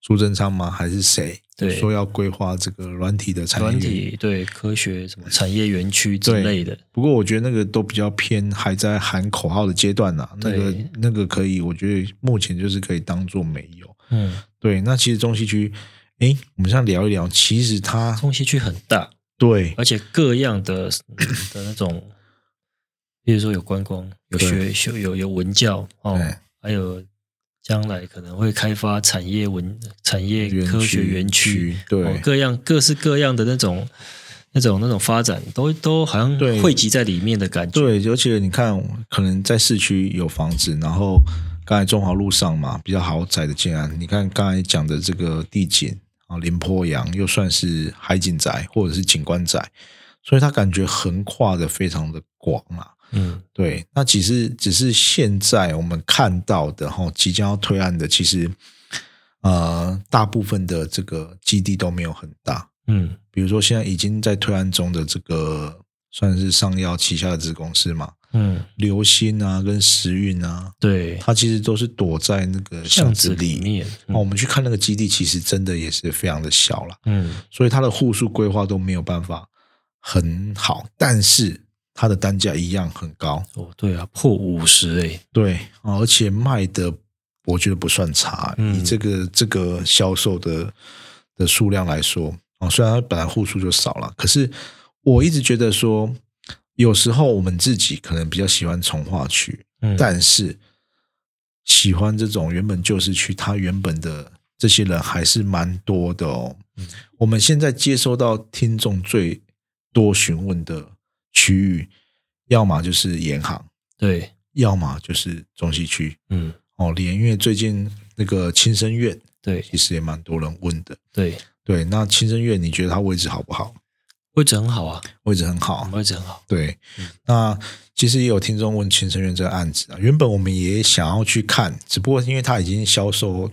Speaker 1: 苏贞昌吗？还是谁？
Speaker 2: 对
Speaker 1: 说要规划这个软体的啊产业园
Speaker 2: 软体对科学什么产业园区之
Speaker 1: 对
Speaker 2: 类的，
Speaker 1: 不过我觉得那个都比较偏还在喊口号的阶段呐、那个
Speaker 2: 对
Speaker 1: 那个可以，我觉得目前就是可以当做没有。
Speaker 2: 嗯，
Speaker 1: 对，那其实中西区，诶，我们现在聊一聊，其实它
Speaker 2: 中西区很大，
Speaker 1: 对
Speaker 2: 而且各样的嗯的
Speaker 1: [COUGHS]
Speaker 2: 那种，比如说有观光，有学
Speaker 1: 对
Speaker 2: 学有有文教哦
Speaker 1: 对，
Speaker 2: 还有将来可能会开发产业文产业
Speaker 1: 园
Speaker 2: 科学
Speaker 1: 区
Speaker 2: 园区，
Speaker 1: 对
Speaker 2: 哦各样各式各样的那种那种那种发展，都都好像
Speaker 1: 对
Speaker 2: 汇集在里面的感觉。
Speaker 1: 对，而且你看，可能在市区有房子，然后刚才中华路上嘛，比较豪宅的建安，你看刚才讲的这个地景啊，林坡洋又算是海景宅或者是景观宅，所以它感觉横跨的非常的广啊。
Speaker 2: 嗯，
Speaker 1: 对，那其实只是现在我们看到的哈，即将要推案的，其实呃，大部分的这个基地都没有很大。
Speaker 2: 嗯
Speaker 1: 比如说，现在已经在推案中的这个算是上药旗下的子公司嘛，
Speaker 2: 嗯，
Speaker 1: 流星啊跟时运啊，
Speaker 2: 对，
Speaker 1: 它其实都是躲在那个巷
Speaker 2: 巷
Speaker 1: 子
Speaker 2: 子里
Speaker 1: 里。
Speaker 2: 面，
Speaker 1: 哦，我们去看那个基地，其实真的也是非常的小啦，
Speaker 2: 嗯
Speaker 1: 所以它的户数规划都没有办法很好，但是它的单价一样很高。
Speaker 2: 哦，对啊，破五十哎，
Speaker 1: 对，哦而且卖的我觉得不算差，
Speaker 2: 嗯
Speaker 1: 以这个这个销售的的数量来说，哦，虽然它本来户数就少了，可是我一直觉得说，有时候我们自己可能比较喜欢从化区，
Speaker 2: 嗯，
Speaker 1: 但是喜欢这种原本旧市区，它原本的这些人还是蛮多的哦。我们现在接收到听众最多询问的区域，要么就是银行，
Speaker 2: 对，
Speaker 1: 要么就是中西区
Speaker 2: 嗯
Speaker 1: 哦。连因为最近那个青生苑
Speaker 2: 对
Speaker 1: 其实也蛮多人问的，
Speaker 2: 对，
Speaker 1: 对，那青生苑你觉得它位置好不好？
Speaker 2: 位置很好啊，
Speaker 1: 位置很好，
Speaker 2: 位置很好，
Speaker 1: 对，那其实也有听众问青生苑这个案子啊，原本我们也想要去看，只不过因为它已经销售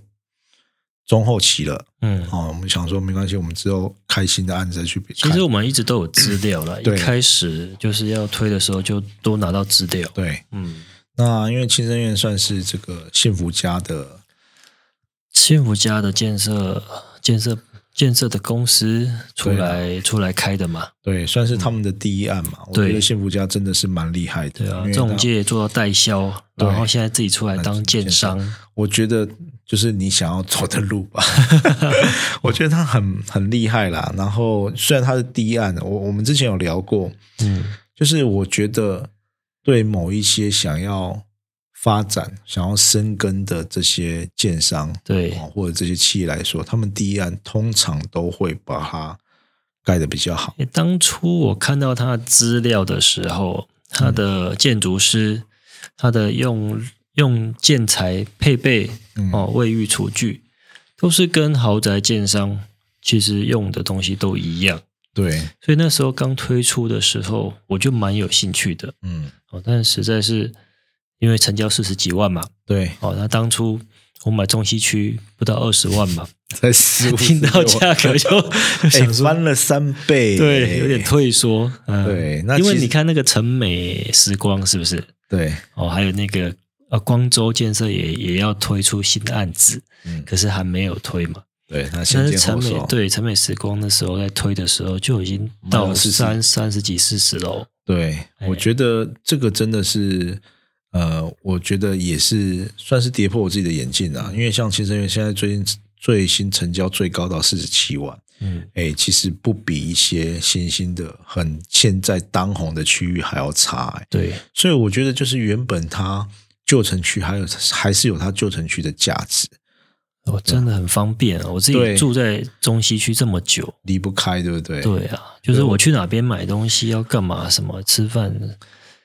Speaker 1: 中后期了，
Speaker 2: 嗯。
Speaker 1: 哦，我们想说没关系，我们之后开新的案子再去
Speaker 2: 其
Speaker 1: 看。
Speaker 2: 实我们一直都有资料了，一
Speaker 1: 对
Speaker 2: 开始就是要推的时候就都拿到资料。
Speaker 1: 对，
Speaker 2: 嗯，
Speaker 1: 那因为青生苑算是这个幸福家的，
Speaker 2: 幸福家的建设、建设、建设的公司出
Speaker 1: 对啊
Speaker 2: 来、出来开的嘛，
Speaker 1: 对，算是他们的第一案嘛。我
Speaker 2: 嗯对
Speaker 1: 觉得幸福家真的是蛮厉害的，
Speaker 2: 对啊
Speaker 1: 因，为
Speaker 2: 中
Speaker 1: 它
Speaker 2: 介做到代销，
Speaker 1: 对
Speaker 2: 然后现在自己出来当建商，
Speaker 1: 我觉得就是你想要走的路
Speaker 2: [LAUGHS]
Speaker 1: 吧。我觉得他很很厉害啦。然后虽然他是第一案，我我们之前有聊过，
Speaker 2: 嗯，
Speaker 1: 就是我觉得对某一些想要发展、想要生根的这些建商，
Speaker 2: 对
Speaker 1: 哦或者这些企业来说，他们第一案通常都会把它盖的比较好。
Speaker 2: 诶当初我看到他的资料的时候，他的建筑师，他的用用建材配备
Speaker 1: 嗯
Speaker 2: 哦，卫浴厨具都是跟豪宅建商其实用的东西都一样，
Speaker 1: 对，
Speaker 2: 所以那时候刚推出的时候，我就蛮有兴趣的
Speaker 1: 嗯，
Speaker 2: 哦，但实在是因为成交四十几万嘛，
Speaker 1: 对，
Speaker 2: 哦，那当初我买中西区不到二十万
Speaker 1: [LAUGHS]
Speaker 2: 嘛，
Speaker 1: 才十五
Speaker 2: 听到价格就就
Speaker 1: 哎
Speaker 2: 想说。
Speaker 1: 翻了三倍，
Speaker 2: 对，有点退缩。
Speaker 1: [LAUGHS]
Speaker 2: 嗯，
Speaker 1: 对那
Speaker 2: 因为
Speaker 1: 其实
Speaker 2: 你看那个城美时光是不是？
Speaker 1: 对，
Speaker 2: 哦，还有那个呃，光州建设也也要推出新的案子，
Speaker 1: 嗯，
Speaker 2: 可是还没有推嘛。
Speaker 1: 对，那
Speaker 2: 但
Speaker 1: 先
Speaker 2: 是
Speaker 1: 见
Speaker 2: 城
Speaker 1: 后
Speaker 2: 美
Speaker 1: 手，
Speaker 2: 对城美时光那时候在推的时候就已经
Speaker 1: 卖
Speaker 2: 到
Speaker 1: 了40
Speaker 2: 三三十几四十楼。
Speaker 1: 对，
Speaker 2: 哎
Speaker 1: 我觉得这个真的是呃，我觉得也是算是跌破我自己的眼镜啊。因为像青生院现在最近最新成交最高到四十七万，
Speaker 2: 嗯
Speaker 1: 哎，其实不比一些新兴的很现在当红的区域还要差、哎，
Speaker 2: 对，
Speaker 1: 所以我觉得就是原本它旧城区还有还是有它旧城区的价值，
Speaker 2: 我哦真的很方便啊！我自己
Speaker 1: 对
Speaker 2: 住在中西区这么久，
Speaker 1: 离不开，对不对？
Speaker 2: 对啊，就是我去哪边买东西要干嘛，什么吃饭，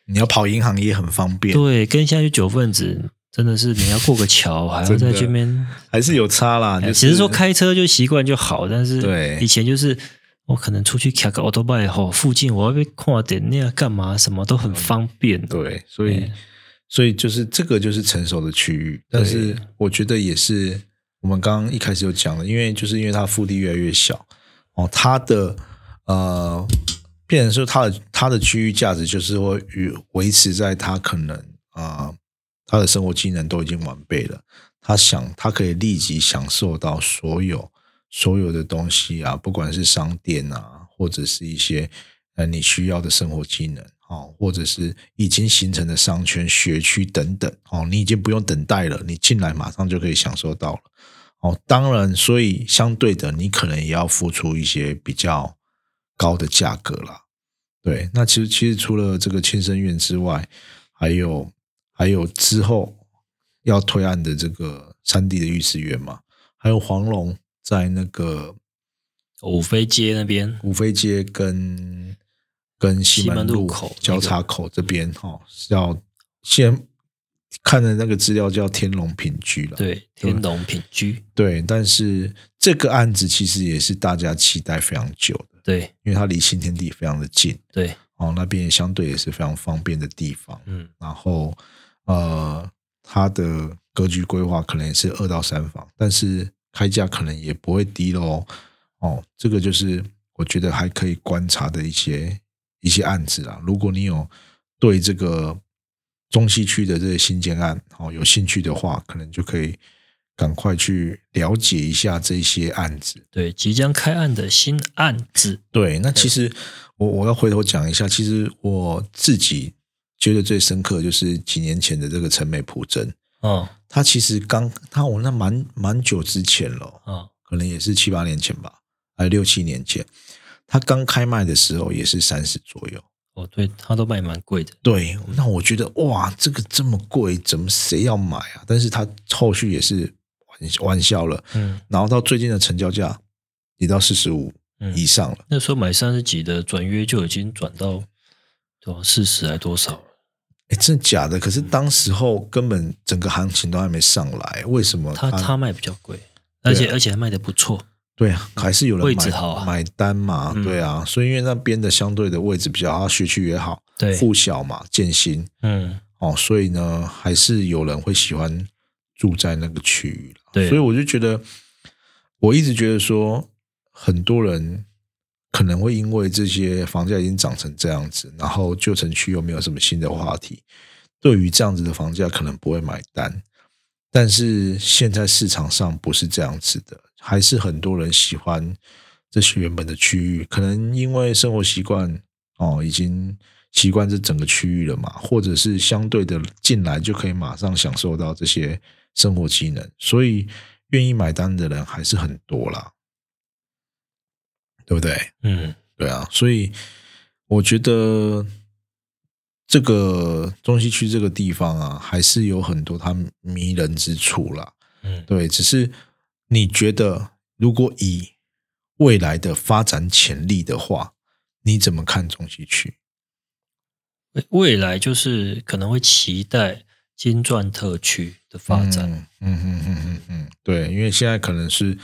Speaker 1: 你要跑银行也很方便，
Speaker 2: 对，跟现在去九份子真的是你要过个桥，还
Speaker 1: [LAUGHS]
Speaker 2: 要
Speaker 1: 真的
Speaker 2: 在这边。
Speaker 1: 还是有差啦。就是、
Speaker 2: 只哎是说开车就习惯就好，但是
Speaker 1: 对
Speaker 2: 以前就是我可能出去开个 auto bike 后，附近我要被跨点那样干嘛，什么都很方便。
Speaker 1: 对，所以、
Speaker 2: 哎
Speaker 1: 所以就是这个就是成熟的区域，但是我觉得也是我们刚刚一开始有讲的，因为就是因为它腹地越来越小哦，它的呃，变成说它的它的区域价值就是会与维持在它可能啊、呃它的生活机能都已经完备了，他想他可以立即享受到所有所有的东西啊，不管是商店啊，或者是一些呃你需要的生活技能哦，或者是已经形成的商圈、学区等等哦，你已经不用等待了，你进来马上就可以享受到了哦。当然，所以相对的，你可能也要付出一些比较高的价格啦。对，那其实其实除了这个庆生院之外，还有还有之后要推案的这个三 D 的御史院嘛，还有黄龙在那个
Speaker 2: 五妃街那边，
Speaker 1: 五妃街跟跟西门
Speaker 2: 西门
Speaker 1: 路
Speaker 2: 路口
Speaker 1: 交叉口这边哈、哦，是要先看的那个资料叫天龙品居了，
Speaker 2: 对，天龙品居，
Speaker 1: 对，但是这个案子其实也是大家期待非常久的，
Speaker 2: 对
Speaker 1: 因为它离新天地非常的近
Speaker 2: 对，
Speaker 1: 哦，那边也相对也是非常方便的地方。
Speaker 2: 嗯，
Speaker 1: 然后呃，它的格局规划可能也是二到三房，但是开价可能也不会低喽。哦，这个就是我觉得还可以观察的一些一些案子啦。如果你有对这个中西区的这些新建案哦有兴趣的话，可能就可以赶快去了解一下这些案子。
Speaker 2: 对，即将开案的新案子，
Speaker 1: 对，那其实我我要回头讲一下，其实我自己觉得最深刻的就是几年前的这个陈美普珍，
Speaker 2: 哦
Speaker 1: 她其实刚她我那蛮蛮久之前了，
Speaker 2: 哦，
Speaker 1: 可能也是七八年前吧，还六七年前，她刚开卖的时候也是三十左右。
Speaker 2: 哦，对，它都卖蛮贵的，
Speaker 1: 对，那我觉得哇，这个这么贵，怎么谁要买啊？但是她后续也是玩玩笑了，
Speaker 2: 嗯
Speaker 1: 然后到最近的成交价也到四十五
Speaker 2: 嗯
Speaker 1: 以上了。
Speaker 2: 那时候买三十几的转约就已经转到对吧四十还多少了？
Speaker 1: 哎，真的假的？可是当时候根本整个行情都还没上来，为什么
Speaker 2: 它它卖比较贵，而且、而且还卖的不错。
Speaker 1: 对啊，还是有人
Speaker 2: 位
Speaker 1: 买
Speaker 2: 置好啊
Speaker 1: 买单嘛？
Speaker 2: 嗯
Speaker 1: 对啊，所以因为那边的相对的位置比较好，学区也好，
Speaker 2: 对
Speaker 1: 户小嘛，建新
Speaker 2: 嗯，
Speaker 1: 哦，所以呢，还是有人会喜欢住在那个区域啦
Speaker 2: 对啊
Speaker 1: 所以我就觉得，我一直觉得说，很多人可能会因为这些房价已经涨成这样子，然后旧城区又没有什么新的话题，对于这样子的房价可能不会买单。但是现在市场上不是这样子的，还是很多人喜欢这些原本的区域，可能因为生活习惯哦，已经习惯这整个区域了嘛，或者是相对的进来就可以马上享受到这些生活机能，所以愿意买单的人还是很多啦，对不对？
Speaker 2: 嗯，
Speaker 1: 对啊，所以我觉得这个中西区这个地方啊，还是有很多它迷人之处啦。
Speaker 2: 嗯，
Speaker 1: 对，只是你觉得，如果以未来的发展潜力的话，你怎么看中西区？
Speaker 2: 未未来就是可能会期待金钻特区的发展。
Speaker 1: 嗯嗯嗯嗯嗯，对，因为现在可能是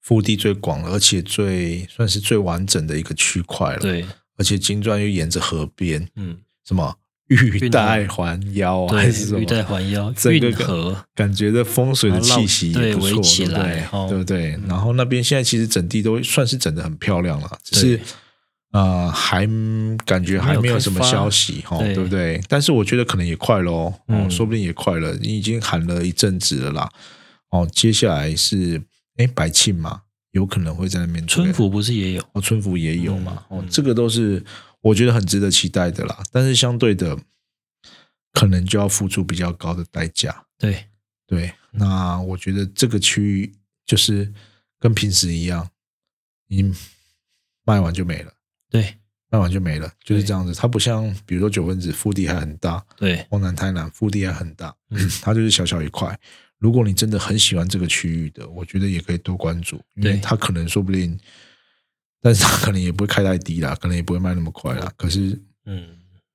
Speaker 1: 腹地最广，而且最算是最完整的一个区块了。，
Speaker 2: 对，
Speaker 1: 而且金砖又沿着河边，
Speaker 2: 嗯，
Speaker 1: 什么玉
Speaker 2: 运
Speaker 1: 带
Speaker 2: 带
Speaker 1: 环腰啊，
Speaker 2: 对
Speaker 1: 还是什，么
Speaker 2: 玉带环腰，
Speaker 1: 整个
Speaker 2: 运河，
Speaker 1: 感觉这风水的气息
Speaker 2: 然后
Speaker 1: 也不
Speaker 2: 对
Speaker 1: 错，
Speaker 2: 围起
Speaker 1: 对不对
Speaker 2: 来？哦
Speaker 1: 对不对？然后那边现在其实整地都算是整的很漂亮了，只是
Speaker 2: 对
Speaker 1: 呃，还感觉还没有什么消息哈，
Speaker 2: 对
Speaker 1: 对不对？但是我觉得可能也快了哦，哦
Speaker 2: 嗯
Speaker 1: 说不定也快了，你已经喊了一阵子了啦。哦，接下来是哎白庆嘛，有可能会在那边
Speaker 2: 春
Speaker 1: 服。
Speaker 2: 府不是也有？
Speaker 1: 哦，春福也有嘛，
Speaker 2: 嗯
Speaker 1: 哦
Speaker 2: 嗯，
Speaker 1: 这个都是我觉得很值得期待的啦。但是相对的，可能就要付出比较高的代价。
Speaker 2: 对，
Speaker 1: 对，
Speaker 2: 嗯
Speaker 1: 那我觉得这个区域就是跟平时一样，你卖完就没了，
Speaker 2: 对，
Speaker 1: 卖完就没了，就是
Speaker 2: 对
Speaker 1: 这样子。它不像比如说九分子腹地还很大，
Speaker 2: 对，
Speaker 1: 往南台南腹地还很大，
Speaker 2: 嗯
Speaker 1: [CLEARS THROAT] 它就是小小一块。如果你真的很喜欢这个区域的，我觉得也可以多关注，因为
Speaker 2: 对
Speaker 1: 它可能说不定，但是它可能也不会开太低啦，可能也不会卖那么快啦。可是
Speaker 2: 嗯，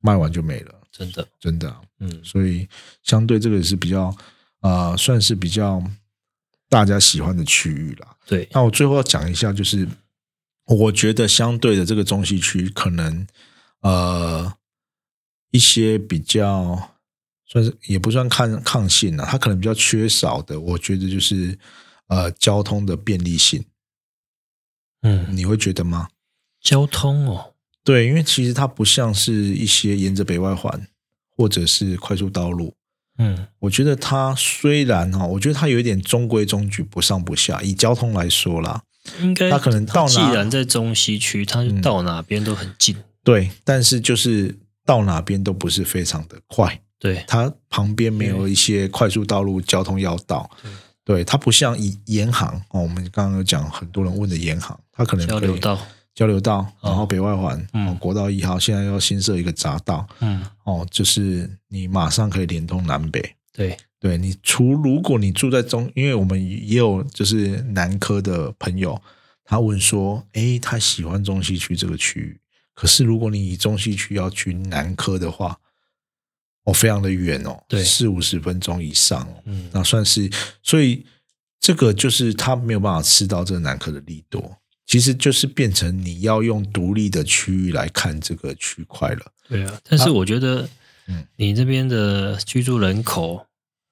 Speaker 1: 卖完就没了，
Speaker 2: 真的，
Speaker 1: 真的啊、
Speaker 2: 嗯，
Speaker 1: 所以相对这个也是比较呃，算是比较大家喜欢的区域啦。
Speaker 2: 对，
Speaker 1: 那我最后要讲一下，就是我觉得相对的这个中西区，可能呃一些比较算是也不算抗抗性啊，它可能比较缺少的，我觉得就是呃交通的便利性，
Speaker 2: 嗯，
Speaker 1: 你会觉得吗？
Speaker 2: 交通哦，
Speaker 1: 对，因为其实它不像是一些沿着北外环或者是快速道路，
Speaker 2: 嗯，
Speaker 1: 我觉得它虽然哈、我觉得它有一点中规中矩，不上不下。以交通来说啦，
Speaker 2: 应该
Speaker 1: 他可能到哪
Speaker 2: 既然在中西区，他就到哪边都很近，
Speaker 1: 对，但是就是到哪边都不是非常的快，
Speaker 2: 对，
Speaker 1: 它旁边没有一些快速道路、交通要道。对，它不像以沿航哦，我们刚刚有讲很多人问的沿航，它可能
Speaker 2: 交
Speaker 1: 可
Speaker 2: 流
Speaker 1: 以
Speaker 2: 道，
Speaker 1: 交流道，然后北外环、
Speaker 2: 嗯
Speaker 1: 哦、国道一号现在要新设一个匝道
Speaker 2: 嗯，
Speaker 1: 哦，就是你马上可以连通南北。
Speaker 2: 对，
Speaker 1: 对你除如果你住在中，因为我们也有就是南科的朋友，他问说，诶，他喜欢中西区这个区域，可是如果你以中西区要去南科的话，哦，非常的远哦，
Speaker 2: 对
Speaker 1: 四五十分钟以上哦，
Speaker 2: 嗯，
Speaker 1: 那算是，所以这个就是他没有办法吃到这个南科的利多，其实就是变成你要用独立的区域来看这个区块了，
Speaker 2: 对啊，但是我觉得
Speaker 1: 嗯，
Speaker 2: 你这边的居住人口，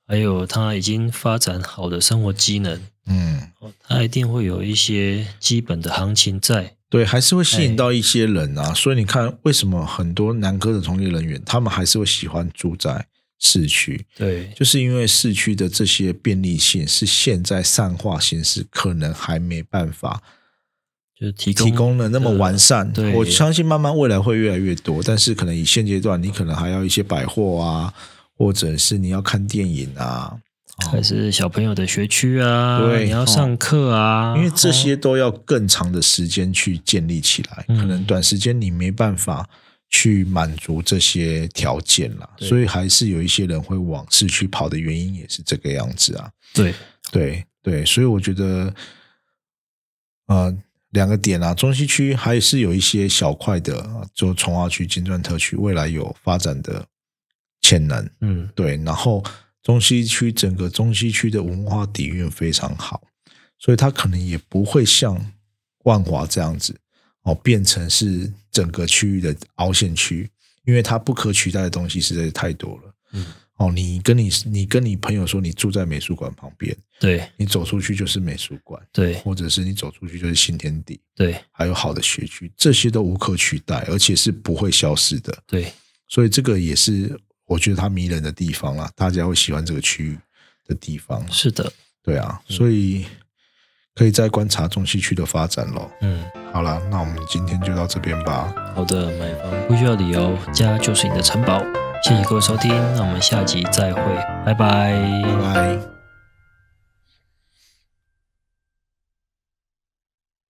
Speaker 2: 还有他已经发展好的生活机能，
Speaker 1: 嗯。
Speaker 2: 哦它一定会有一些基本的行情在。
Speaker 1: 对，还是会吸
Speaker 2: 哎
Speaker 1: 引到一些人啊。所以你看，为什么很多南科的从业人员，他们还是会喜欢住在市区，
Speaker 2: 对，
Speaker 1: 就是因为市区的这些便利性是现在善化形式可能还没办法
Speaker 2: 就是提供
Speaker 1: 提供的那么完善。
Speaker 2: 对
Speaker 1: 我相信慢慢未来会越来越多，但是可能以现阶段，你可能还要一些百货啊，或者是你要看电影啊，
Speaker 2: 哦还是小朋友的学区啊，
Speaker 1: 对哦
Speaker 2: 你要上课啊，
Speaker 1: 因为这些都要更长的时间去建立起来，
Speaker 2: 嗯
Speaker 1: 可能短时间你没办法去满足这些条件啦，
Speaker 2: 对
Speaker 1: 所以还是有一些人会往市区跑的原因也是这个样子啊。
Speaker 2: 对
Speaker 1: 对对，所以我觉得，呃，两个点啊，中西区还是有一些小块的，呃就从化区、金砖特区，未来有发展的潜能。
Speaker 2: 嗯
Speaker 1: 对，然后中西区整个中西区的文化底蕴非常好，所以它可能也不会像万华这样子哦，变成是整个区域的凹陷区，因为它不可取代的东西实在是太多了。
Speaker 2: 嗯，
Speaker 1: 哦，你跟你你跟你朋友说你住在美术馆旁边，
Speaker 2: 对
Speaker 1: 你走出去就是美术馆，
Speaker 2: 对
Speaker 1: 或者是你走出去就是新天地，
Speaker 2: 对
Speaker 1: 还有好的学区，这些都无可取代，而且是不会消失的。
Speaker 2: 对，
Speaker 1: 所以这个也是我觉得它迷人的地方啦，大家会喜欢这个区域的地方。
Speaker 2: 是的，
Speaker 1: 对啊，所以可以再观察中西区的发展咯。
Speaker 2: 嗯，
Speaker 1: 好啦，那我们今天就到这边吧，
Speaker 2: 好的，买房不需要理由，家就是你的城堡。谢谢各位收听，那我们下集再会，拜拜
Speaker 1: 拜拜。